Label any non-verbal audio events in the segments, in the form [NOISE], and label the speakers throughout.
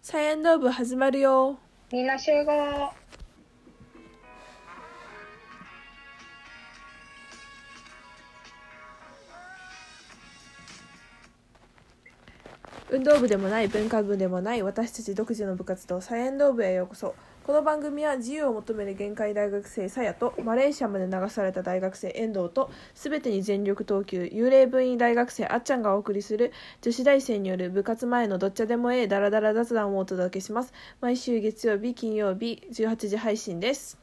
Speaker 1: サイエンド部始まるよ
Speaker 2: みんな集合。
Speaker 1: 運動部でもない文化部でもない私たち独自の部活動サイエンド部へようこそこの番組は自由を求める限界大学生さやとマレーシアまで流された大学生遠藤と全てに全力投球幽霊部員大学生あっちゃんがお送りする女子大生による部活前のどっちゃでもええダラダラ雑談をお届けします毎週月曜日金曜日18時配信です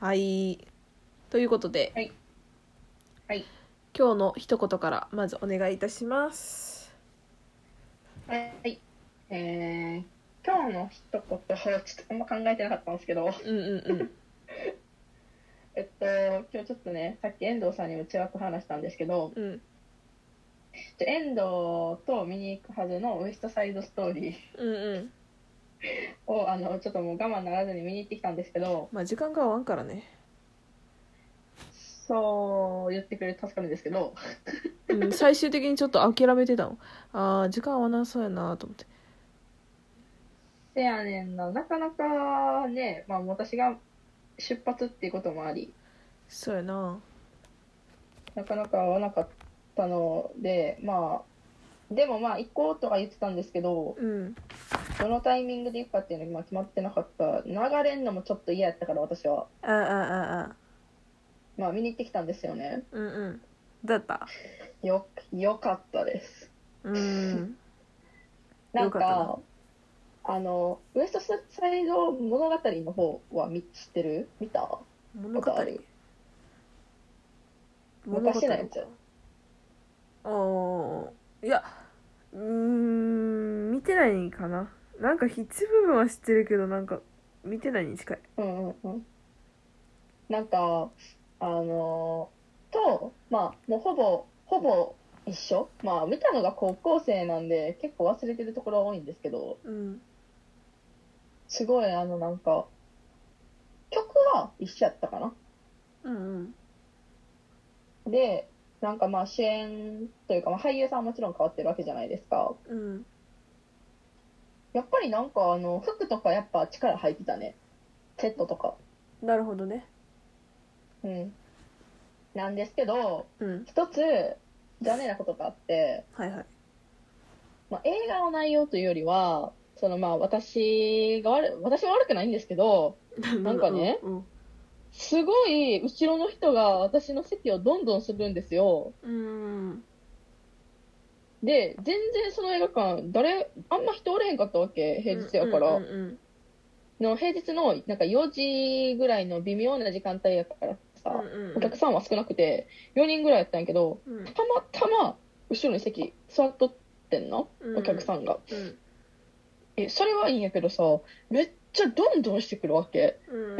Speaker 1: はいということで
Speaker 2: はい。はい。
Speaker 1: 今日の一言からまずお願いいたします
Speaker 2: はい。えー、今日の一言はちょっとあんま考えてなかったんですけど、
Speaker 1: うんうんうん
Speaker 2: えっと、今日ちょっとね、さっき遠藤さんにもちらっと話したんですけど、
Speaker 1: うん
Speaker 2: ちょっと遠藤と見に行くはずのウエストサイドストーリー
Speaker 1: うんうん
Speaker 2: を、あの、ちょっともう我慢ならずに見に行ってきたんですけど、
Speaker 1: まあ時間が合わんからね
Speaker 2: そう言ってくれる助かるんですけど、
Speaker 1: うん、最終的にちょっと諦めてたのあー時間合わなそうやなと思って
Speaker 2: せやねんな、なかなかね、まあ私が出発っていうこともあり、
Speaker 1: そうやな
Speaker 2: なかなか合わなかったので、まあ、でもまあ行こうとは言ってたんですけど、
Speaker 1: うん
Speaker 2: どのタイミングで行くかっていうのがまあ決まってなかった。流れんのもちょっと嫌やったから私は。
Speaker 1: ああああ
Speaker 2: まあ見に行ってきたんですよね。
Speaker 1: うんうんどうだった
Speaker 2: よ、よかったです。
Speaker 1: うん
Speaker 2: なんか、
Speaker 1: よかっ
Speaker 2: あの、ウエストサイド物語の方は見知ってる見た
Speaker 1: 物語
Speaker 2: ある
Speaker 1: 物語
Speaker 2: 昔のやつ
Speaker 1: あーいやうーん見てないかななんか一部分は知ってるけどなんか見てないに近い
Speaker 2: うんうんうん。なんか、あのと、まあ、もうほぼ、ほぼ一緒。まあ、見たのが高校生なんで、結構忘れてるところは多いんですけど、
Speaker 1: うん
Speaker 2: すごい、あの、なんか、曲は一緒やったかな。
Speaker 1: うん
Speaker 2: で、なんかまあ、主演というか、まあ、俳優さんはもちろん変わってるわけじゃないですか。
Speaker 1: うんうん
Speaker 2: やっぱりなんか、あの、服とかやっぱ力入ってたね。セットとか。
Speaker 1: なるほどね
Speaker 2: うん。なんですけど、
Speaker 1: うん
Speaker 2: 一つ、残念なことがあって、
Speaker 1: はいはい
Speaker 2: まあ、映画の内容というよりは、そのまあ私が悪い、私は悪くないんですけど、なんかね
Speaker 1: うん
Speaker 2: すごい後ろの人が私の席をどんどんするんですよ。
Speaker 1: うん
Speaker 2: で、全然その映画館、誰、あんま人おれへんかったわけ、平日やから。
Speaker 1: うんうんうん
Speaker 2: の平日のなんか4時ぐらいの微妙な時間帯やからさ、
Speaker 1: うん
Speaker 2: お客さんは少なくて、4人ぐらいやったんやけど、
Speaker 1: うん
Speaker 2: たまたま後ろに席座っとってんな、
Speaker 1: うん
Speaker 2: お客さんが。
Speaker 1: うん
Speaker 2: え、それはいいんやけどさ、めっちゃどんどんしてくるわけ。
Speaker 1: うん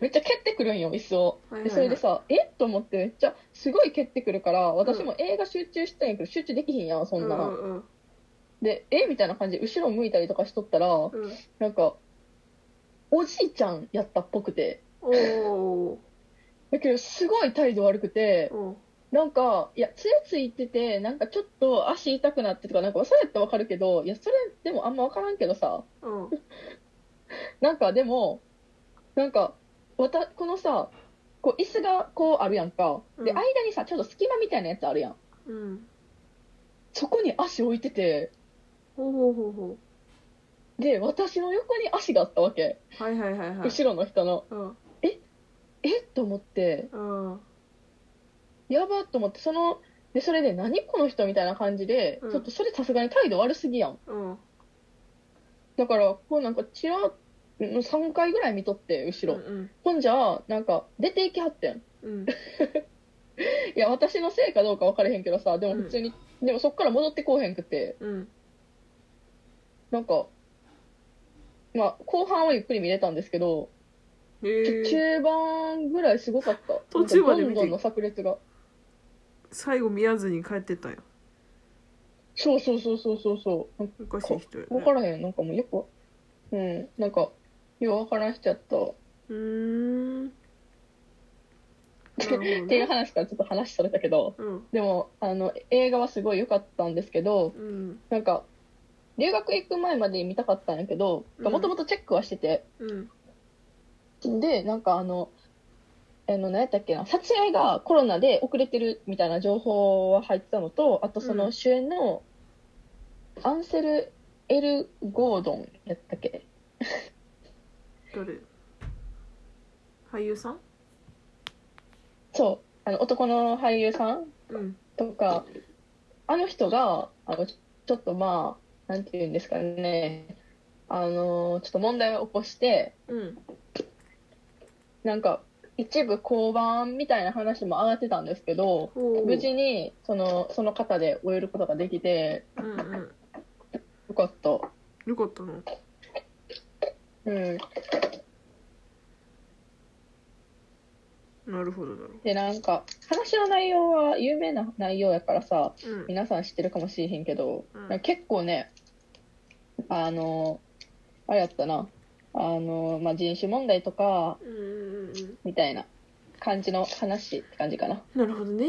Speaker 2: めっちゃ蹴ってくるんよ、椅子を。
Speaker 1: はいはいはい
Speaker 2: でそれでさ、えっと思って、めっちゃ、すごい蹴ってくるから、私も映画集中したいんやけど、集中できひんやん、そんな。
Speaker 1: うんうん
Speaker 2: で、えみたいな感じで、後ろ向いたりとかしとったら、
Speaker 1: うん
Speaker 2: なんか、おじいちゃんやったっぽくて。
Speaker 1: おー
Speaker 2: だけど、すごい態度悪くて、
Speaker 1: お
Speaker 2: なんか、いや、つやついてて、なんかちょっと足痛くなってとか、なんか、それやったらわかるけど、いや、それでもあんまわからんけどさ、
Speaker 1: ーおー
Speaker 2: なんかでも、なんか、わた、このさ、こう、椅子がこうあるやんか。で、
Speaker 1: うん
Speaker 2: 間にさ、ちょっと隙間みたいなやつあるやん。
Speaker 1: うん
Speaker 2: そこに足置いてて、
Speaker 1: ほうほうほうほ
Speaker 2: で、私の横に足があったわけ。
Speaker 1: うはいはいはいはい
Speaker 2: 後ろの人の。
Speaker 1: うん
Speaker 2: えっと思って、
Speaker 1: うん
Speaker 2: やばっと思って、その、で、それで、何この人みたいな感じで、
Speaker 1: うん
Speaker 2: ちょっとそれさすがに態度悪すぎやん。
Speaker 1: うん
Speaker 2: だから、こうなんか、ちら、3回ぐらい見とって、後ろ。
Speaker 1: うん
Speaker 2: ほんじゃ、なんか、出ていきはってん。
Speaker 1: うん
Speaker 2: いや、私のせいかどうか分からへんけどさ、でも
Speaker 1: うん
Speaker 2: 普通に、でもそっから戻ってこうへんくて、
Speaker 1: うん
Speaker 2: なんか、まあ、後半はゆっくり見れたんですけど、
Speaker 1: へー
Speaker 2: 中盤ぐらいすごかった。
Speaker 1: 途中まで見て
Speaker 2: なんかどんどんの炸裂が。
Speaker 1: 最後見やずに帰ってったんや
Speaker 2: そうそうそうそうそうそう。なんか
Speaker 1: おかしい人やね
Speaker 2: 分からへん。なんかもうよく、うん、なんか、よう分からんしちゃった。っ
Speaker 1: うーんなるほどね
Speaker 2: ていう話からちょっと話されたけど、
Speaker 1: うん
Speaker 2: でも、あの、映画はすごい良かったんですけど、
Speaker 1: うん
Speaker 2: なんか、留学行く前まで見たかったんやけど、
Speaker 1: うん
Speaker 2: もともとチェックはしてて、
Speaker 1: うん
Speaker 2: で、なんかあの、あの、何やったっけな、撮影がコロナで遅れてるみたいな情報は入ってたのと、あとそうの
Speaker 1: ん
Speaker 2: 主演のアンセル・エル・ゴードンやったっけ
Speaker 1: どれ俳優さん
Speaker 2: そう、あの男の俳優さん
Speaker 1: うん
Speaker 2: とか、あの人が、あの、ちょっとまあ、なんていうんですかね、あの、ちょっと問題を起こして、
Speaker 1: うん
Speaker 2: なんか、一部降板みたいな話も上がってたんですけど、
Speaker 1: おー
Speaker 2: 無事にそのその方で終えることができて
Speaker 1: うんうん
Speaker 2: よかった。
Speaker 1: よかったの
Speaker 2: うん、
Speaker 1: なるほどだろ
Speaker 2: でなんか話の内容は有名な内容やからさ
Speaker 1: ううん
Speaker 2: 皆さん知ってるかもしれへんけど、
Speaker 1: うん
Speaker 2: 結構ねあのあれやったなあの、まあ、人種問題とか
Speaker 1: うんうんうんうん
Speaker 2: みたいな感じの話って感じかな。
Speaker 1: なるほどね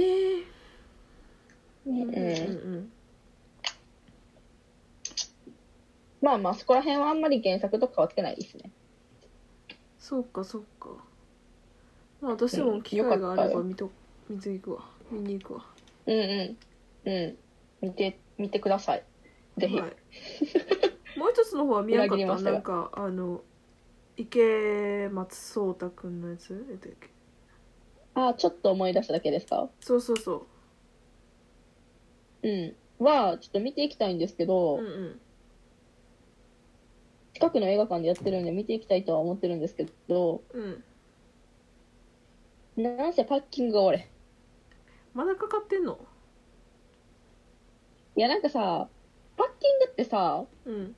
Speaker 1: うんうんうん
Speaker 2: まあまあそこら辺はあんまり原作と変わってないですね。
Speaker 1: そうかそうかまあ私も機会があれば見と見ていくわ見に行くわ
Speaker 2: うんうん。うん。見て、見てください。ぜひ。
Speaker 1: い、 [LAUGHS] もう一つの方は見なかっ
Speaker 2: 裏切り
Speaker 1: た
Speaker 2: ました
Speaker 1: な
Speaker 2: が
Speaker 1: んかあの池松壮太くんのやつえっと
Speaker 2: ああ、ちょっと思い出しただけですか
Speaker 1: そうそうそ
Speaker 2: うん。は、ちょっと見ていきたいんですけど、
Speaker 1: ううんうん
Speaker 2: 近くの映画館でやってるんで見ていきたいとは思ってるんですけど、
Speaker 1: うん
Speaker 2: なんせパッキングが俺。
Speaker 1: まだかかってんの
Speaker 2: いや、なんかさ、パッキングってさ、
Speaker 1: うん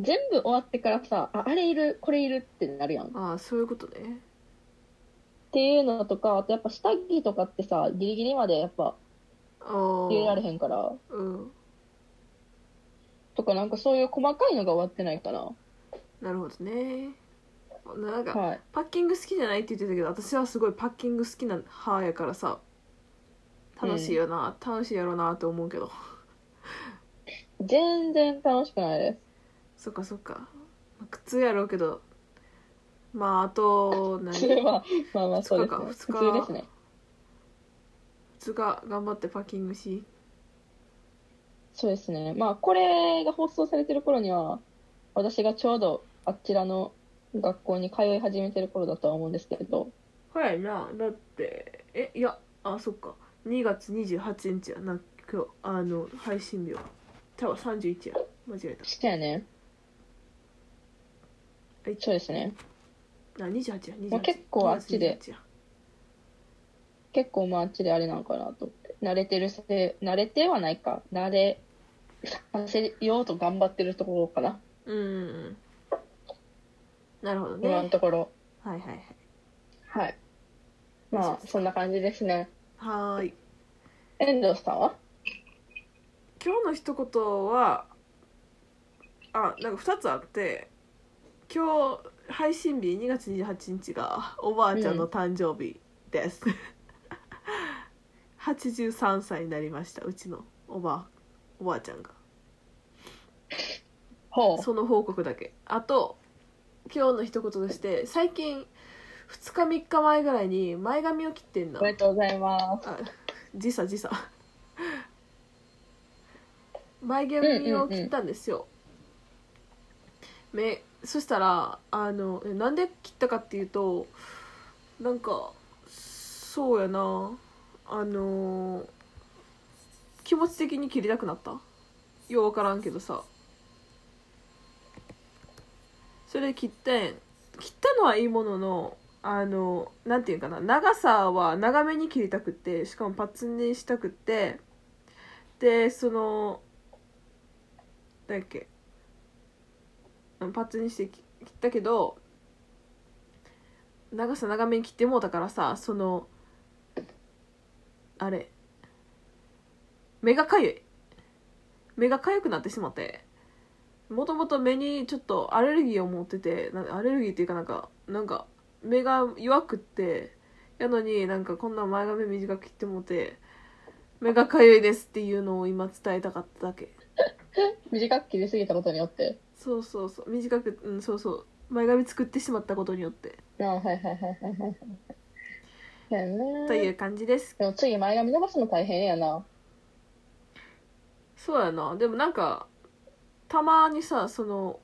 Speaker 2: 全部終わってからさ、あ、あれいる、これいるってなるやん。っ
Speaker 1: ああそういうことね
Speaker 2: ていうのとか、あとやっぱ下着とかってさ、ギリギリまでやっぱ
Speaker 1: ああ
Speaker 2: 入れられへんから、
Speaker 1: うん
Speaker 2: とかなんかそういう細かいのが終わってないかな。
Speaker 1: なるほどねなんか、
Speaker 2: はい。
Speaker 1: パッキング好きじゃないって言ってたけど私はすごいパッキング好きな派やからさ楽しいよな、楽しいやろうなと思うけど
Speaker 2: 全然楽しくないです。
Speaker 1: そっかそっかまあ苦痛やろうけどまああと [LAUGHS] 何
Speaker 2: それは、まあまあそうです
Speaker 1: 二日
Speaker 2: ね。普
Speaker 1: か
Speaker 2: 通ですね。
Speaker 1: つが頑張ってパッキングし
Speaker 2: そうですね。まあ、これが放送されてる頃には、私がちょうどあちらの学校に通い始めてる頃だとは思うんですけど、
Speaker 1: 早いなだってえいやあそっか2月28日やな今日あの配信日は多分31や間違えた
Speaker 2: したよね。
Speaker 1: はい
Speaker 2: そうですね。
Speaker 1: あ28や28
Speaker 2: もう結構あっちで
Speaker 1: 2月28や
Speaker 2: 結構まあ、あっちであれなんかなと思って。慣れてるせ、慣れてはないか。慣れ、させようと頑張ってるところかな。
Speaker 1: うんうんうんなるほどね
Speaker 2: 今のところ。
Speaker 1: はいはいはい
Speaker 2: はい。まあ、そんな感じですね。
Speaker 1: はーい
Speaker 2: 遠藤さんは
Speaker 1: 今日の一言はあなんか2つあって今日配信日2月28日がおばあちゃんの誕生日です、83歳になりましたうちのおばあおばあちゃんが
Speaker 2: ほう。
Speaker 1: その報告だけあと今日の一言として最近2日3日前ぐらいに前髪を切ってんの
Speaker 2: おめでとうございます。
Speaker 1: あ時差時差前髪を切ったんですよ、めそしたらあのえなんで切ったかっていうとなんかそうやなあのー気持ち的に切りたくなったよう分からんけどさそれで切ってん切ったのはいいもののあのなんていうんかな長さは長めに切りたくってしかもパッツンにしたくってでそのなんだっけうんパッツンにしてき切ったけど長さ長めに切ってもうたからさそのあれ目がかゆい目がかゆくなってしまってもともと目にちょっとアレルギーを持っててなんかアレルギーっていうかなんかなんか目が弱くってやのになんかこんな前髪短く切ってもうて目がかゆいですっていうのを今伝えたかっただけ
Speaker 2: 短く切りすぎたことによって。
Speaker 1: そうそうそう短くうんそうそう前髪作ってしまったことによって
Speaker 2: ああ、はいはいはいはいはいはい。だよね。
Speaker 1: という感じです
Speaker 2: でも次前髪伸ばすの大変やな。
Speaker 1: そうやなでもなんかたまにさその、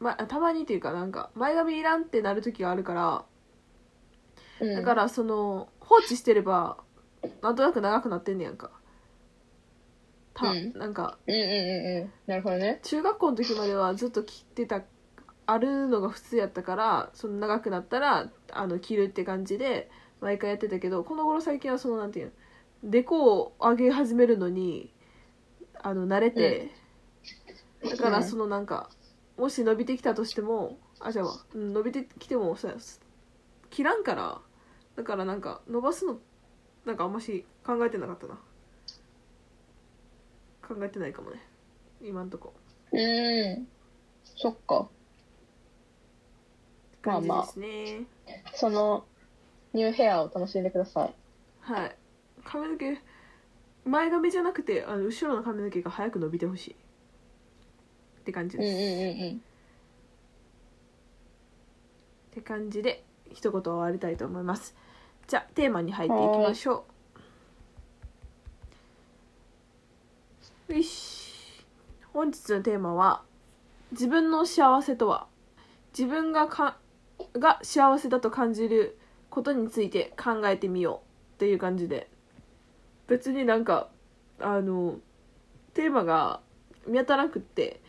Speaker 1: ま、たまにっていうかなんか前髪いらんってなる時があるから
Speaker 2: うん、
Speaker 1: だからその放置してればなんとなく長くなってんねやんかた、
Speaker 2: うん
Speaker 1: なんか
Speaker 2: うんうんうんうん。なるほどね。
Speaker 1: 中学校の時まではずっと切ってたあるのが普通やったからその長くなったらあの切るって感じで毎回やってたけどこの頃最近はそのなんていうのデコを上げ始めるのにあの慣れて、だからそのなんかもし伸びてきたとしてもあじゃあ、うん、伸びてきてもそうや切らんからだからなんか伸ばすのなんかあんまし考えてなかったな考えてないかもね今んとこ
Speaker 2: うん。そっか。まあ
Speaker 1: 感じ
Speaker 2: まあ
Speaker 1: ですね、
Speaker 2: その、ニューヘアを楽しんでください。
Speaker 1: はい髪の毛前髪じゃなくてあの後ろの髪の毛が早く伸びてほしいって感じ
Speaker 2: うんうん
Speaker 1: で
Speaker 2: う
Speaker 1: す、
Speaker 2: ん
Speaker 1: っ
Speaker 2: うん。
Speaker 1: て感じで一言終わりたいと思いますじゃあテーマに入っていきましょうよし本日のテーマは「自分の幸せとは自分がかが幸せだと感じることについて考えてみよう」っていう感じで別になんかあのテーマが見当たらなくって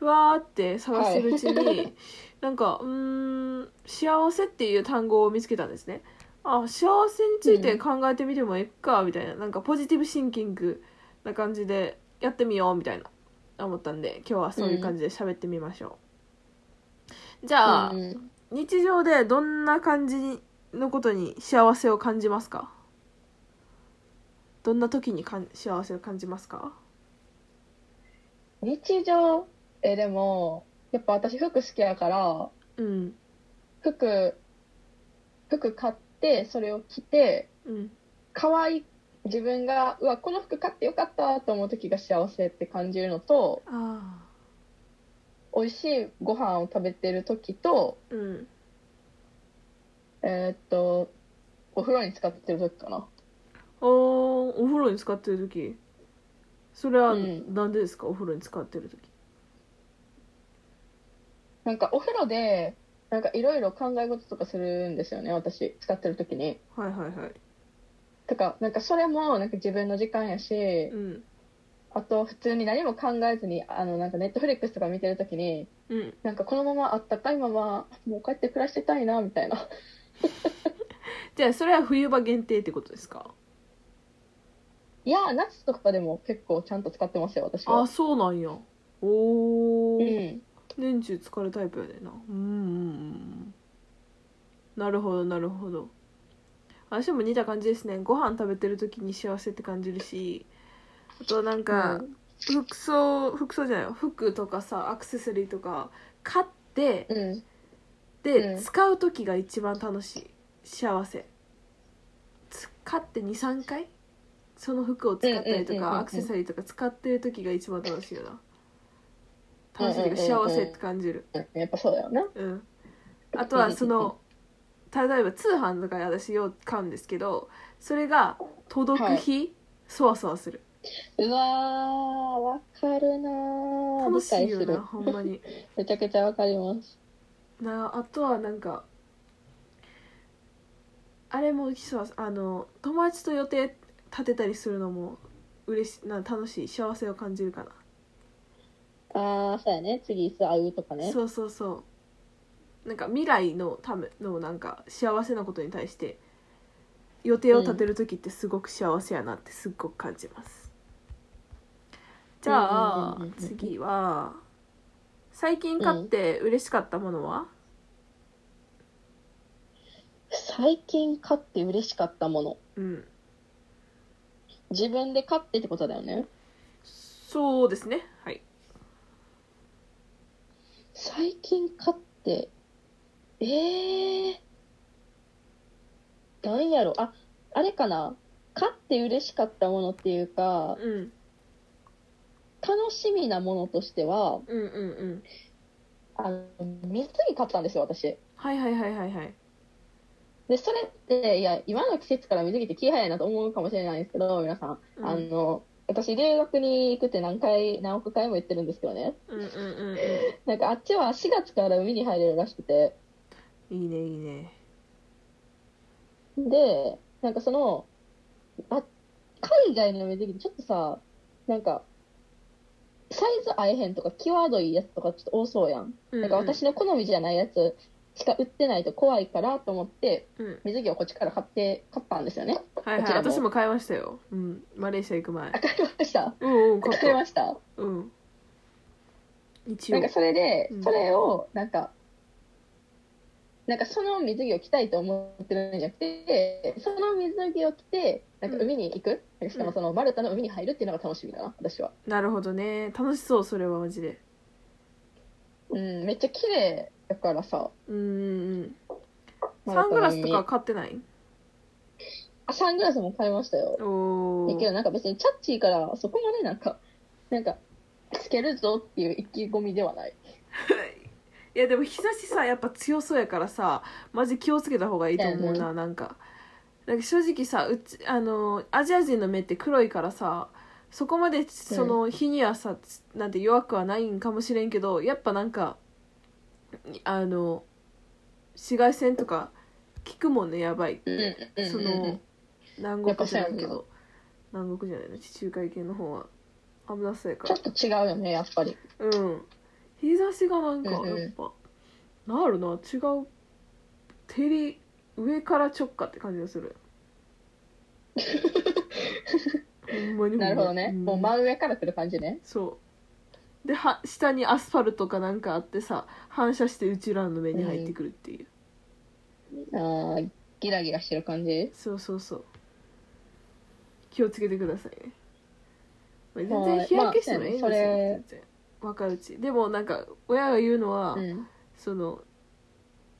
Speaker 1: ふわーって探してるうちに、 [LAUGHS] なんかうーん幸せっていう単語を見つけたんですねあ幸せについて考えてみてもいいかみたいななんかポジティブシンキングな感じでやってみようみたいな思ったんで今日はそういう感じで喋ってみましょう、じゃあ、
Speaker 2: うん
Speaker 1: 日常でどんな感じのことに幸せを感じますかどんな時にかん幸せを感じますか
Speaker 2: 日常、え、でも、やっぱ私服好きやから、
Speaker 1: うん
Speaker 2: 服、服買って、それを着て、
Speaker 1: うん
Speaker 2: 可愛い自分が、うわ、この服買ってよかったと思う時が幸せって感じるのと、
Speaker 1: ああ
Speaker 2: 美味しいご飯を食べてる時と、
Speaker 1: うん
Speaker 2: えーっと、お風呂に使ってる時かな。
Speaker 1: あーお風呂に使ってる時それは
Speaker 2: うん
Speaker 1: なんでですか、お風呂に使ってる時
Speaker 2: なんかお風呂で、なんかいろいろ考え事とかするんですよね、私、使ってる時に。
Speaker 1: はいはいはい
Speaker 2: とか、なんかそれもなんか自分の時間やし
Speaker 1: う、ん
Speaker 2: あと普通に何も考えずに、あのなんかネットフリックスとか見てる時に、
Speaker 1: うん
Speaker 2: なんかこのままあったかいまま、もうこうやって暮らしてたいな、みたいな。
Speaker 1: じゃあそれは冬場限定ってことですか
Speaker 2: いや、夏とかでも結構ちゃんと使ってますよ、私
Speaker 1: あ
Speaker 2: は。
Speaker 1: そうなんやおお、
Speaker 2: うん。
Speaker 1: 年中疲れタイプやねんなうんうんうんなるほどなるほど私も似た感じですねご飯食べてる時に幸せって感じるしあとなんか
Speaker 2: う
Speaker 1: 服装服装じゃない服とかさアクセサリーとか買って
Speaker 2: うん。
Speaker 1: で、
Speaker 2: うん
Speaker 1: 使う時が一番楽しい幸せつ買って23回その服を使ったりと
Speaker 2: うんうんうんうんうん
Speaker 1: かアクセサリーとか使ってる時が一番楽しいよな楽しいというか
Speaker 2: うんうんうんうん
Speaker 1: 幸せって感じる
Speaker 2: うんやっぱそうだよな。
Speaker 1: うん、あとはその例えば通販とかで私よう買うんですけどそれが届く日、そわそわする
Speaker 2: うわー、わかるなー。
Speaker 1: 楽しいよ
Speaker 2: 理解す
Speaker 1: な
Speaker 2: る。
Speaker 1: ほんまに
Speaker 2: めちゃくちゃわかります。
Speaker 1: なあとはなんかあれもそうあの友達と予定立てたりするのも嬉しな楽しい幸せを感じるかな
Speaker 2: あー、そうやね。次いつ会うとかね。
Speaker 1: そうそうそうなんか未来のためのなんか幸せなことに対して予定を立てる時ってすごく幸せやなってすっごく感じます、じゃあ
Speaker 2: うんうんうんうんうん
Speaker 1: 次は最近買って嬉しかったものは、
Speaker 2: 最近買って嬉しかったもの。
Speaker 1: うん、
Speaker 2: 自分で買ってってことだよね。
Speaker 1: そうですねはい
Speaker 2: 最近買って、えー。なんやろ。あ、あれかな。買って嬉しかったものっていうか、
Speaker 1: うん
Speaker 2: 楽しみなものとしては、
Speaker 1: うんうんうん
Speaker 2: あの、水着買ったんですよ、私。
Speaker 1: はいはいはいはいはい
Speaker 2: で、それって、いや、今の季節から水着って気早いなと思うかもしれないんですけど、皆さん。
Speaker 1: うん
Speaker 2: あの、私、留学に行くって何回、何億回も言ってるんですけどね。
Speaker 1: うんうんうん
Speaker 2: なんか、あっちは4月から海に入れるらしくて。
Speaker 1: うんいいねいいね
Speaker 2: で、なんかその、あ、海外の水着ってちょっとさ、なんか、サイズ合えへんとか、際どいやつとかちょっと多そうやん。
Speaker 1: うん
Speaker 2: なんか私の好みじゃないやつしか売ってないと怖いからと思って、
Speaker 1: うんうん
Speaker 2: 水着をこっちから買って、買ったんですよね。
Speaker 1: はい
Speaker 2: こ
Speaker 1: は
Speaker 2: ち
Speaker 1: い
Speaker 2: らも
Speaker 1: 私も買いましたようんマレーシア行く前
Speaker 2: わかりました。
Speaker 1: うんうん買
Speaker 2: わ
Speaker 1: っ
Speaker 2: かり
Speaker 1: た
Speaker 2: ました。
Speaker 1: うん一
Speaker 2: なん
Speaker 1: 応
Speaker 2: かそれで
Speaker 1: うん、
Speaker 2: それを、なんか、なんかその水着を着たいと思ってるんじゃなくて、その水着を着て、なんか海に行く、なんかしかもそのマルタの海に入るっていうのが楽しみだな、私は。
Speaker 1: なるほどね楽しそうそれはマジで
Speaker 2: うん、めっちゃ綺麗だからさ。
Speaker 1: うんうんうん
Speaker 2: マ
Speaker 1: サ
Speaker 2: ル
Speaker 1: ング
Speaker 2: タの
Speaker 1: ラス
Speaker 2: 海
Speaker 1: とか買ってない
Speaker 2: あ、サングラスも買いましたよ。
Speaker 1: お
Speaker 2: だけど
Speaker 1: ー
Speaker 2: なんか別にチャッチーからそこまでなんか、なんか、つけるぞっていう意気込みではない。
Speaker 1: いやでも日差しさやっぱ強そうやからさマジ気をつけた方がいいと思う
Speaker 2: だ
Speaker 1: ななんかなんか正直さうちあのアジア人の目って黒いからさそこまでその日にはさ、つなんて弱くはないんかもしれんけどやっぱなんかあの紫外線とか効くもんねやばいって、
Speaker 2: うんうんうん
Speaker 1: その南国じゃないけど南国じゃないの地中海系の方は危なそうやか
Speaker 2: ちょ
Speaker 1: ら
Speaker 2: っと違うよね、やっぱり。
Speaker 1: うん日差しがなんか
Speaker 2: うんうん
Speaker 1: やっぱ、なるな違う照り上から直下って感じがする
Speaker 2: [LAUGHS]
Speaker 1: ほんまにほんま
Speaker 2: なるほどね。
Speaker 1: ん
Speaker 2: もう真上から来る感じね。
Speaker 1: そうでは下にアスファルトかなんかあってさ反射してうちらの目に入ってくるっていう、
Speaker 2: あーギラギラしてる感じ。
Speaker 1: そうそうそう気をつけてくださいねまあ全
Speaker 2: は
Speaker 1: 然
Speaker 2: い
Speaker 1: 日焼けしてないんですよ、
Speaker 2: まあそうやね
Speaker 1: 全然若いうちでもなんか親が言うのは、
Speaker 2: うん。
Speaker 1: その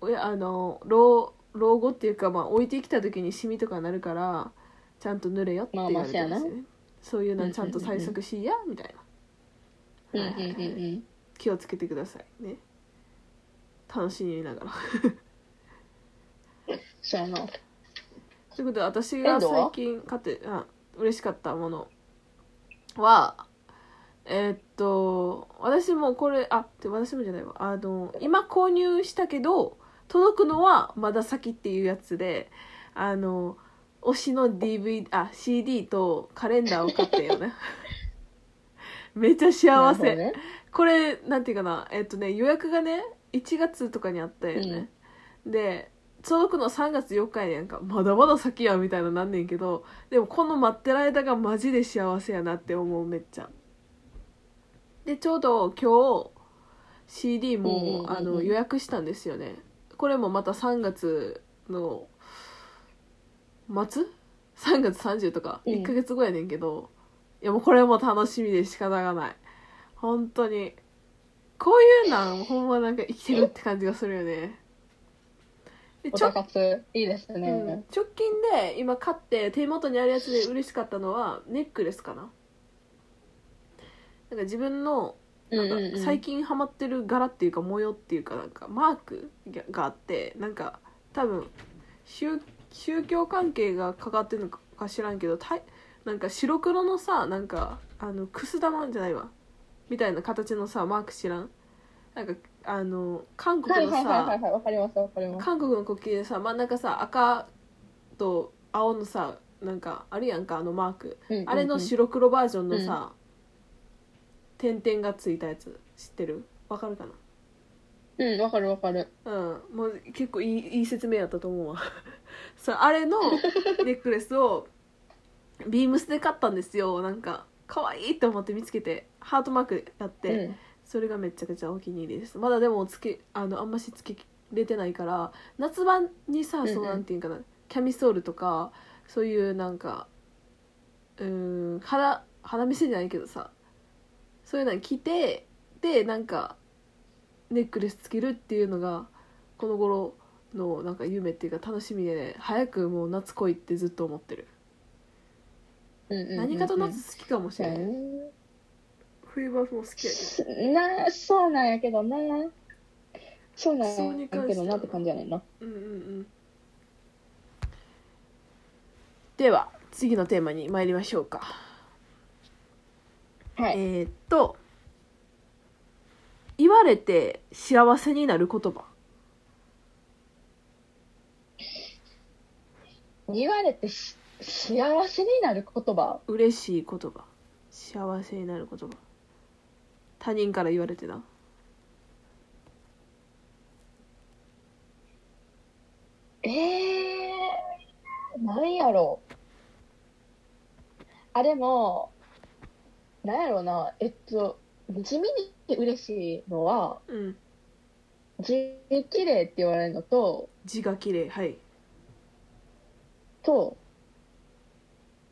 Speaker 1: 親あの老老後っていうか、まあ、置いてきた時にシミとかなるからちゃんと塗れよって言われてま
Speaker 2: まあ
Speaker 1: す
Speaker 2: ま
Speaker 1: よねそういうのはちゃんと
Speaker 2: うんうんう
Speaker 1: 対
Speaker 2: んうん
Speaker 1: 策しいやみたいな
Speaker 2: うんうんうん
Speaker 1: 気をつけてくださいね楽しみながら
Speaker 2: うん。そうやな。
Speaker 1: ということで私が
Speaker 2: 遠藤は
Speaker 1: 最近買ってあ嬉しかったものはえーっと私もこれあで私もじゃないわあの今購入したけど届くのはまだ先っていうやつであの推しの DVD あ CD とカレンダーを買った
Speaker 2: [LAUGHS]
Speaker 1: よねめっちゃ幸せ、
Speaker 2: なる
Speaker 1: これなんていうかなえっとね予約がね1月とかにあったよね、で届くの3月4日やねんかまだまだ先やみたいななんねんけどでもこの待ってる間がマジで幸せやなって思うめっちゃでちょうど今日 CD も、
Speaker 2: うんうんうんうん
Speaker 1: あの予約したんですよねこれもまた3月の末 ?3 月30とか
Speaker 2: うん
Speaker 1: 1ヶ月後やねんけど、いやもうこれも楽しみで仕方がない本当にこういうなんほんまなんか生きてるって感じがするよねで
Speaker 2: ほどね。お
Speaker 1: ちょ
Speaker 2: たかつ、いいですね。
Speaker 1: うん直近で今買って手元にあるやつで嬉しかったのはネックレスかななんか自分の
Speaker 2: うん
Speaker 1: なんか
Speaker 2: うんうん。
Speaker 1: 最近ハマってる柄っていうか模様っていうかなんかマークががあってなんか多分宗宗教関係がかかってるのか知らんけどたいなんか白黒のさなんかあのくす玉じゃないわみたいな形のさマーク知らんなんかあの韓
Speaker 2: は
Speaker 1: 国
Speaker 2: い
Speaker 1: の
Speaker 2: はいはいは
Speaker 1: さ
Speaker 2: いはい。わかりますわかります。
Speaker 1: 韓国の国旗でさ真ん中さ赤と青のさなんかあるやんかあのマーク
Speaker 2: うんうんうん
Speaker 1: あれの白黒バージョンのさ、点々がついたやつ知ってるわかるか
Speaker 2: うん、わかるわかる。
Speaker 1: なうんもう結構いいいい説明やったと思うわ [LAUGHS] そうあれ
Speaker 2: [LAUGHS]
Speaker 1: のネックレスをビームスで買ったんですよなんか可愛いと思って見つけてハートマークやって、
Speaker 2: うん。
Speaker 1: それがめちゃくちゃお気に入りですまだでもつけあのあんましつけれてないから夏場にさ
Speaker 2: うんうん
Speaker 1: そうなんていうかな、キャミソールとかそういうなんかうーん肌肌見せじゃないけどさそういうのに着てでなんかネックレスつけるっていうのがこの頃のなんか夢っていうか楽しみで、ね、早くもう夏来いってずっと思ってる、
Speaker 2: うんうんうんうん
Speaker 1: 何かと夏好きかもし
Speaker 2: そう
Speaker 1: れ
Speaker 2: や
Speaker 1: ない、
Speaker 2: ね。
Speaker 1: 冬場も好きやけど
Speaker 2: すなそうなんやけどなそうなん
Speaker 1: そうに
Speaker 2: や
Speaker 1: 関しては
Speaker 2: けどなって感じやねんな
Speaker 1: うんうんうんでは次のテーマに参りましょうか、
Speaker 2: はい、
Speaker 1: えーっと言われて幸せになる言葉
Speaker 2: 言われてし幸せになる言葉
Speaker 1: 嬉しい言葉幸せになる言葉他人から言われてな
Speaker 2: ええー、なんやろう。あ、でも、なんやろうな。えっと、地味に嬉しいのは、
Speaker 1: うん
Speaker 2: 字綺麗って言われるのと、
Speaker 1: 字が綺麗はい
Speaker 2: と、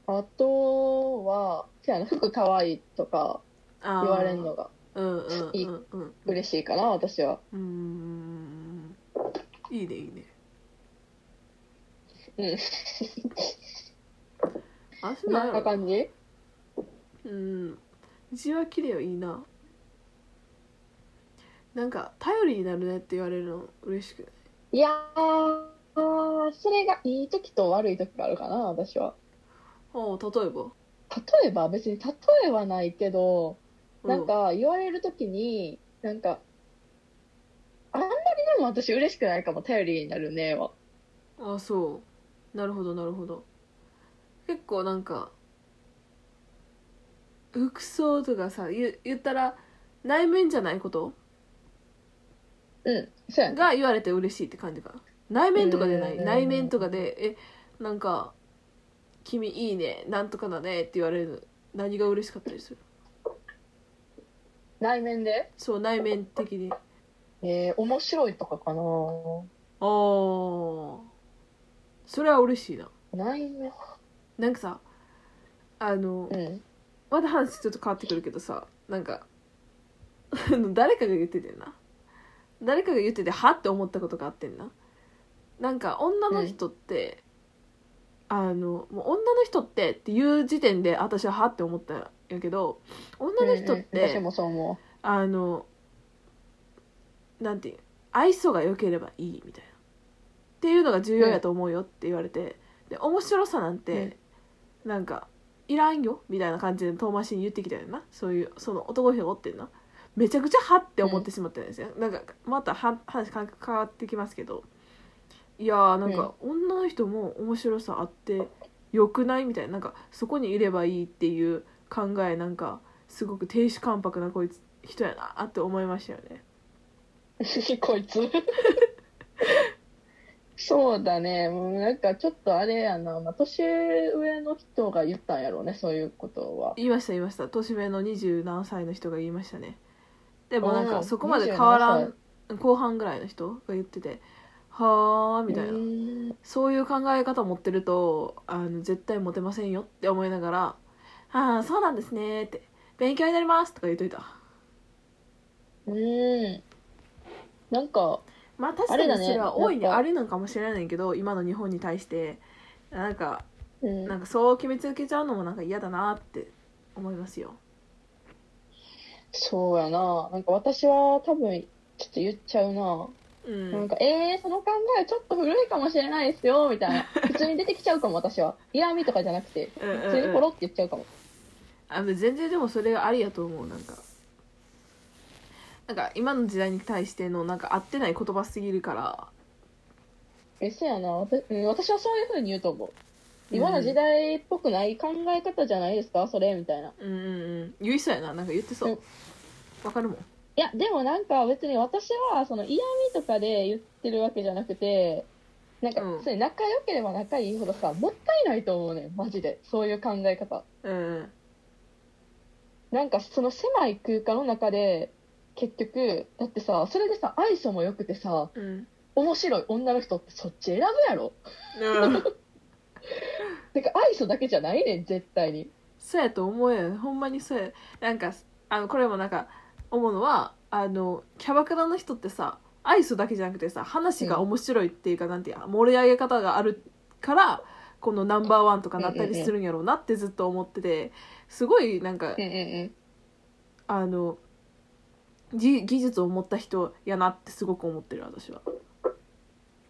Speaker 2: あとは、せやな、服可愛いとか
Speaker 1: あー
Speaker 2: 言われるのが
Speaker 1: うんうんうんうんうん
Speaker 2: 嬉しいかな、私は。
Speaker 1: うーんいいねいいね
Speaker 2: うん。
Speaker 1: あそう
Speaker 2: な
Speaker 1: な
Speaker 2: んか
Speaker 1: の
Speaker 2: 感じ
Speaker 1: うん字は綺麗よいいななんか頼りになるねって言われるの嬉しくない
Speaker 2: いやー、それがいい時と悪い時があるかな、私は。
Speaker 1: おう例えば
Speaker 2: 例えば別に例えはないけど、
Speaker 1: う
Speaker 2: なんか言われるときになんかあんまりでも私嬉しくないかも頼りになるねは
Speaker 1: あそうなるほどなるほど結構なんか服装とかさ言言ったら内面じゃないこと
Speaker 2: うんそうやね
Speaker 1: が言われて嬉しいって感じかな内面とかでない
Speaker 2: うん
Speaker 1: 内面とかで「えなんか君いいねなんとかだね」って言われるの何が嬉しかったりする
Speaker 2: 内面で
Speaker 1: そう内面的にあ
Speaker 2: えー、面白いとかか
Speaker 1: あ
Speaker 2: な
Speaker 1: ーそれは嬉しいな
Speaker 2: 内面
Speaker 1: なんかさあの
Speaker 2: うん
Speaker 1: また話ちょっと変わってくるけどさなんかあの誰かが言っててんな誰かが言っててはって思ったことがあってんななんか女の人って、あのもう女の人ってっていう時点で私ははって思ったんやけど女の人っ
Speaker 2: うんうん私
Speaker 1: て
Speaker 2: もそう思
Speaker 1: あのなんていう愛想が良ければいいみたいなっていうのが重要やと思うよって言われて、で面白さなんて、なんかいらんよみたいな感じで遠回しに言ってきたよなそういうその男の人がおってんなめちゃくちゃはって思ってしまったんですよ、なんかまたは話感覚変わってきますけどいやーなんか女の人も面白さあってよくないみたいななんかそこにいればいいっていう考えなんかすごく亭主関白なこいつ人やなって思いましたよね
Speaker 2: う [LAUGHS]
Speaker 1: [LAUGHS]
Speaker 2: こいつそうだねもうなんかちょっとあれやな、まあ、年上の人が言ったんやろうねそういうことは
Speaker 1: 言いました言いました年上の20何歳の人が言いましたねでもなん
Speaker 2: う
Speaker 1: か
Speaker 2: ん
Speaker 1: そこまで変わら
Speaker 2: 27
Speaker 1: ん後半ぐらいの人が言っててはあみたいな、
Speaker 2: うん
Speaker 1: そういう考え方持ってるとあの絶対モテませんよって思いながら「ああそうなんですね」って「勉強になります」とか言っといた
Speaker 2: うん。なんか、
Speaker 1: まあ確
Speaker 2: あ
Speaker 1: か
Speaker 2: れ
Speaker 1: に
Speaker 2: だ
Speaker 1: そ
Speaker 2: ね
Speaker 1: れは大いに
Speaker 2: なんか
Speaker 1: ありなんかもしれないけど今の日本に対してなんか
Speaker 2: うん
Speaker 1: なんかそう決めつけちゃうのもなんか嫌だなって思いますよ
Speaker 2: そうやな。なんか私は多分、ちょっと言っちゃうな。
Speaker 1: うん
Speaker 2: なんか、えー、その考えちょっと古いかもしれないですよ、みたい
Speaker 1: [LAUGHS]
Speaker 2: な。普通に出てきちゃうかも、私は。嫌味とかじゃなくて、
Speaker 1: うんうんうん
Speaker 2: 普通にポロって言っちゃうかも。
Speaker 1: あの全然でもそれがありやと思うなんかなんか今の時代に対してのなんか合ってない言葉すぎるから
Speaker 2: え、そうやな。私,、うん、私はそういう風に言うと思う。
Speaker 1: うん
Speaker 2: 今の時代っぽくない考え方じゃないですか、それ、みたいな。
Speaker 1: うんうんうん言いそうやななんか言ってそううんわかるもん
Speaker 2: いや、でもなんか別に私はその嫌味とかで言ってるわけじゃなくて、なんか
Speaker 1: うん、
Speaker 2: それ仲良ければ仲いいほどさ、もったいないと思うねん、マジで。そういう考え方。
Speaker 1: うん
Speaker 2: なんかその狭い空間の中で、結局、だってさ、それでさ、愛想も良くてさ、 [LAUGHS]
Speaker 1: うん
Speaker 2: 面白い女の人ってそっち選ぶやろ。
Speaker 1: うん
Speaker 2: てか愛想だけじゃないねん、絶対に。
Speaker 1: そうやと思うよほんまにそうやなんかあのこれもなんか思うのはあのキャバクラの人ってさ愛想だけじゃなくてさ話が面白いっていうか、なんていうか盛り上げ方があるからこのナンバーワンとかなったりするんやろうなってずっと思っててすごいなんか
Speaker 2: うんうん
Speaker 1: あの技技術を持った人やなってすごく思ってる私は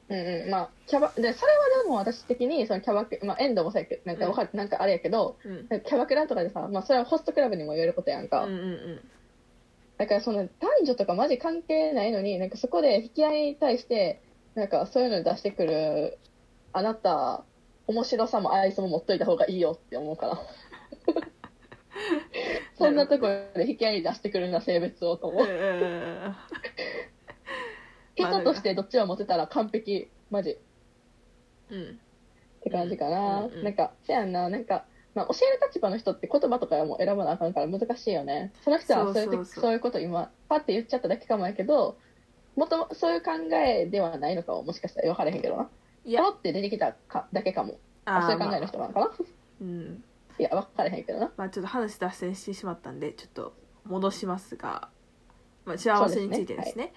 Speaker 2: うんうん、まあ、キャバ、で、それはでも私的に、そのキャバク、まあ、遠藤もそうやけど、なんかわかる、なんかあれやけど、
Speaker 1: うん
Speaker 2: キャバクラとかでさ、まあ、それはホストクラブにも言えることや
Speaker 1: う
Speaker 2: ん
Speaker 1: ん
Speaker 2: か。
Speaker 1: うんうん
Speaker 2: だから、その、男女とかマジ関係ないのに、なんかそこで引き合いに対して、なんかそういうの出してくる、あなた、面白さも愛想も持っといた方がいいよって思うから。そんなところで引き合いに出してくるな、性別をと思
Speaker 1: う
Speaker 2: う。
Speaker 1: ん
Speaker 2: 人としてどっちを持てたら完璧、マジ。
Speaker 1: うん
Speaker 2: って感じかな、
Speaker 1: うんうんうん
Speaker 2: なんかせやんななんか、まあ、教える立場の人って言葉とかも選ばなあかんから難しいよねその人はそうい
Speaker 1: そ
Speaker 2: う
Speaker 1: うそう
Speaker 2: 時
Speaker 1: そう
Speaker 2: そういうこと今パッて言っちゃっただけかもやけどもともそういう考えではないのかももしかしたら分からへんけどないポ
Speaker 1: や
Speaker 2: ロって出てきたかだけかも
Speaker 1: あ
Speaker 2: あ
Speaker 1: ー
Speaker 2: そういう考えの人なのかな、
Speaker 1: うん
Speaker 2: いや分からへんけどな
Speaker 1: まあちょっと話脱線してしまったんでちょっと戻しますが、まあ、幸せについてですね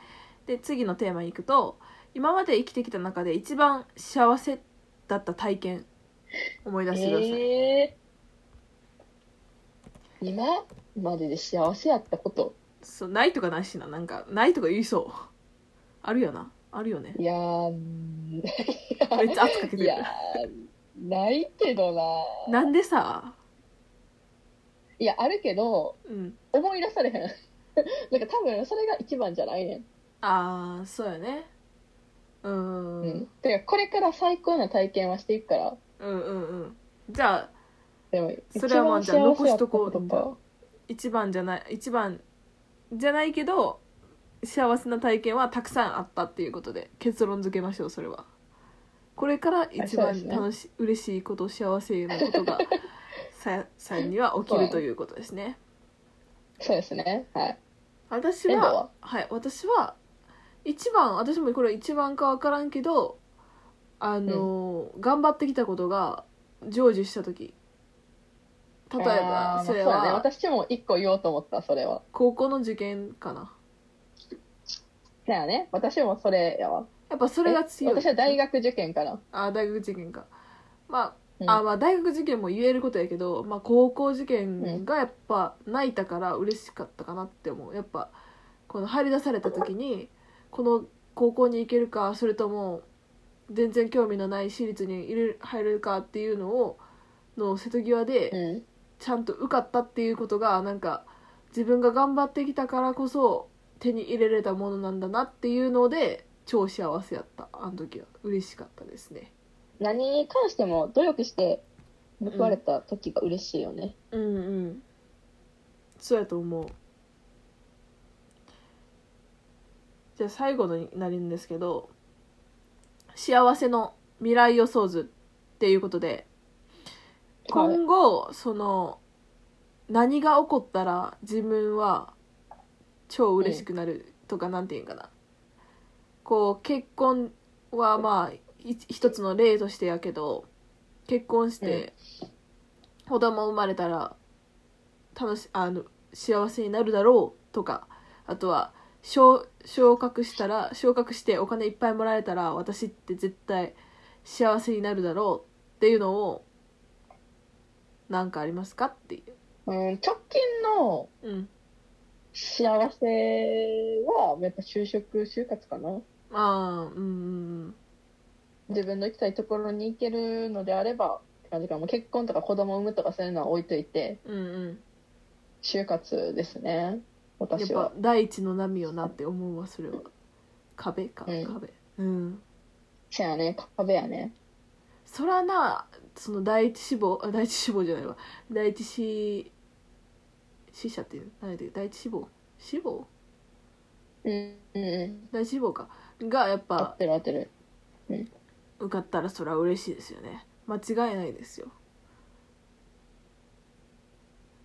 Speaker 1: で次のテーマに行くと今まで生きてきた中で一番幸せだった体験思い出してください、
Speaker 2: えー今までで幸せやったこと
Speaker 1: そうないとかないしななんかないとか言いそうあるよなあるよね
Speaker 2: [LAUGHS] いやー
Speaker 1: [LAUGHS]
Speaker 2: ん
Speaker 1: めっちゃ圧かけて
Speaker 2: い
Speaker 1: る
Speaker 2: やーないけどな
Speaker 1: なんでさ
Speaker 2: いやあるけど
Speaker 1: うん
Speaker 2: 思い出されへん [LAUGHS] なんか多分それが一番じゃないねん、
Speaker 1: ああそうよねうーん
Speaker 2: うん、てかこれから最高な体験はしていくから
Speaker 1: うんうんうんじゃあ
Speaker 2: でも
Speaker 1: それはまあじ
Speaker 2: 一番幸せやった
Speaker 1: ゃあ残しとこう
Speaker 2: とか
Speaker 1: 一番じゃない一番じゃないけど幸せな体験はたくさんあったっていうことで結論付けましょうそれはこれから一
Speaker 2: あそう
Speaker 1: 番
Speaker 2: ですね
Speaker 1: 楽し、嬉しいこと幸せなこと
Speaker 2: [LAUGHS]
Speaker 1: がささんには起きるということですね
Speaker 2: そうですねはい
Speaker 1: 私
Speaker 2: 遠藤
Speaker 1: は
Speaker 2: は
Speaker 1: はい私は一番私もこれ一番か分からんけどあの、頑張ってきたことが成就した時例え
Speaker 2: あ
Speaker 1: ば
Speaker 2: ー
Speaker 1: それ
Speaker 2: まあそうだね
Speaker 1: は
Speaker 2: 私も一個言おうと思ったそれは
Speaker 1: 高校の受験かな
Speaker 2: だよね私もそれやわ
Speaker 1: やっぱそれが強い
Speaker 2: え私は大学受験から、
Speaker 1: あー大学受験かまあ,、
Speaker 2: うん
Speaker 1: あーまあ大学受験も言えることやけど、まあ、高校受験がやっぱ泣いたから嬉しかったかなって思うやっぱこの入り出された時にこの高校に行けるかそれとも全然興味のない私立に入れる入れるかっていうのをの瀬戸際で、
Speaker 2: うん、
Speaker 1: ちゃんと受かったっていうことがなんか自分が頑張ってきたからこそ手に入れれたものなんだなっていうので超幸せやったあの時は嬉しかったですね
Speaker 2: 何に関しても努力して報われた時が嬉しいよね、
Speaker 1: うんうんそうやと思うじゃあ最後のになるんですけど幸せの未来予想図っていうことで
Speaker 2: はい
Speaker 1: 今後その何が起こったら自分は超嬉しくなるとか、なんていうんかなこう結婚はまあい一つの例としてやけど結婚して子供生まれたら楽しあの幸せになるだろうとかあとは昇昇格したら昇格してお金いっぱいもらえたら私って絶対幸せになるだろうっていうのをなんかありますかってい
Speaker 2: うん、直近の
Speaker 1: ううん
Speaker 2: 幸せはやっぱ就職就活かな
Speaker 1: ああうんうん
Speaker 2: 自分の行きたいところに行けるのであればって感じかなもう結婚とか子供産むとかそういうのは置いといて
Speaker 1: うんうん
Speaker 2: 就活ですね
Speaker 1: うんやっ
Speaker 2: 私
Speaker 1: ぱ
Speaker 2: は
Speaker 1: 第一の波よなって思うわそれは壁か
Speaker 2: うん
Speaker 1: 壁うん
Speaker 2: せやね壁やね
Speaker 1: そらなその第一志望あ第一志望じゃないわ第一死死者っていう何で第一志望志望
Speaker 2: うんうんうん
Speaker 1: 第一志望かがやっ
Speaker 2: 合
Speaker 1: ぱ
Speaker 2: ってる合ってる
Speaker 1: 受かったらそれは嬉しいですよね間違いないですよ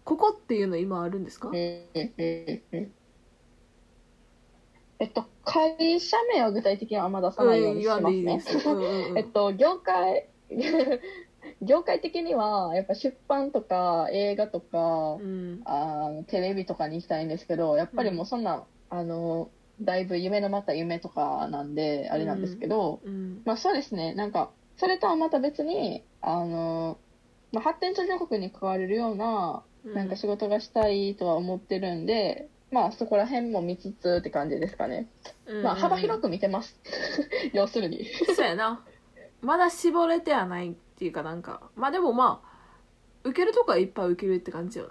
Speaker 1: ここっていうの今あるんですか、
Speaker 2: うんうんうんうんえっと会社名は具体的にはあんま出さないようにし
Speaker 1: 言わ
Speaker 2: ます
Speaker 1: んでいい
Speaker 2: ね
Speaker 1: で、
Speaker 2: [LAUGHS]
Speaker 1: すよ、うんうんう
Speaker 2: えっ
Speaker 1: ん、
Speaker 2: と業界 [LAUGHS] 業界的にはやっぱ出版とか映画とか
Speaker 1: うん
Speaker 2: あーテレビとかに行きたいんですけどやっぱりもうそんな、あのだいぶ夢のまた夢とかなんであれなんですけど、
Speaker 1: うん
Speaker 2: まあそうですねなんかそれとはまた別にあの、まあ、発展途上国に関われるようななんか仕事がしたいとは思ってるんで、まあそこら辺も見つつって感じですかね。
Speaker 1: うん
Speaker 2: まあ幅広く見てます。 [LAUGHS] 要するに。
Speaker 1: そうやなまだ絞れてはないっていうかなんかまあでもまあ受けるとこはいっぱい受けるって感じよ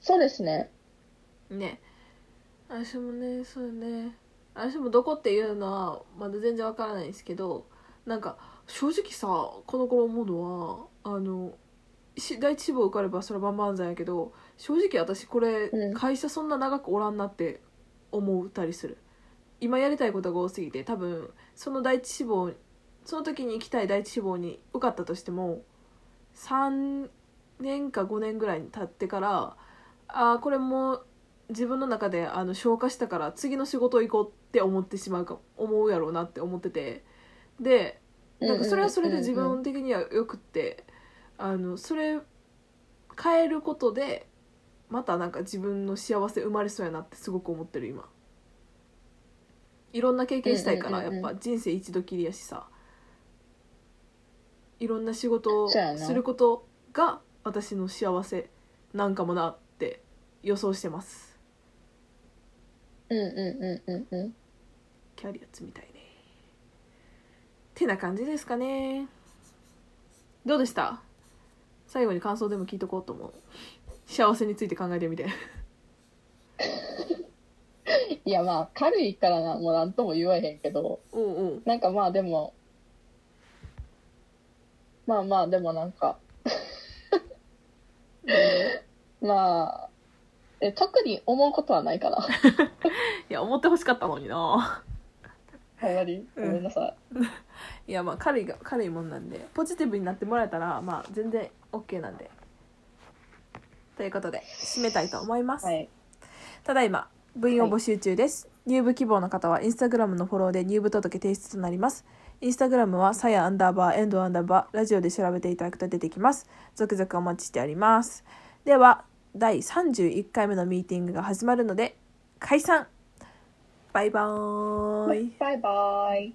Speaker 2: そうですね。
Speaker 1: なね私もねそうね私もどこっていうのはまだ全然わからないんですけどなんか正直さこの頃思うのはあのし第一志望受かればそれは万々歳やけど正直私これ、
Speaker 2: うん
Speaker 1: 会社そんな長くおらんなって思ったりする今やりたいことが多すぎて多分その第一志望その時に行きたい第一志望に受かったとしても3年か5年ぐらいに経ってからああこれもう自分の中であの消化したから次の仕事行こうって思ってしまうか思うやろうなって思っててでなんかそれはそれで自
Speaker 2: うんうんうん
Speaker 1: 分的にはよくってあのそれ変えることでまたなんか自分の幸せ生まれそうやなってすごく思ってる今いろんな経験したいから
Speaker 2: うん
Speaker 1: や
Speaker 2: うんうんう
Speaker 1: っぱ
Speaker 2: ん
Speaker 1: 人生一度きりやしさいろんな仕事を
Speaker 2: そうやな
Speaker 1: することが私の幸せなんかもなって予想してます
Speaker 2: うんうんうんうんうん。
Speaker 1: キャリア積みたいねてな感じですかねどうでした最後に感想でも聞いとこうと思う幸せについて考えてみて
Speaker 2: いやまあ軽いからな、もうなんとも言わへんけど、
Speaker 1: うん [LAUGHS] うん
Speaker 2: なんかまあでも、まあまあでもなんか、まあ、え特に思うことはないかな。
Speaker 1: いや思ってほしかったのにな
Speaker 2: あんまり、ごめんなさい。
Speaker 1: いやまあ軽いが軽いもんなんでポジティブになってもらえたらまあ全然 OK なんでということで締めたいと思います、
Speaker 2: はい。
Speaker 1: ただいま部員を募集中です、入部希望の方はインスタグラムのフォローで入部届提出となりますインスタグラムはさやアンダーバーエンドアンダーバーラジオで調べていただくと出てきます続々お待ちしておりますでは第31回目のミーティングが始まるので解散バイバーイ
Speaker 2: バイバイ。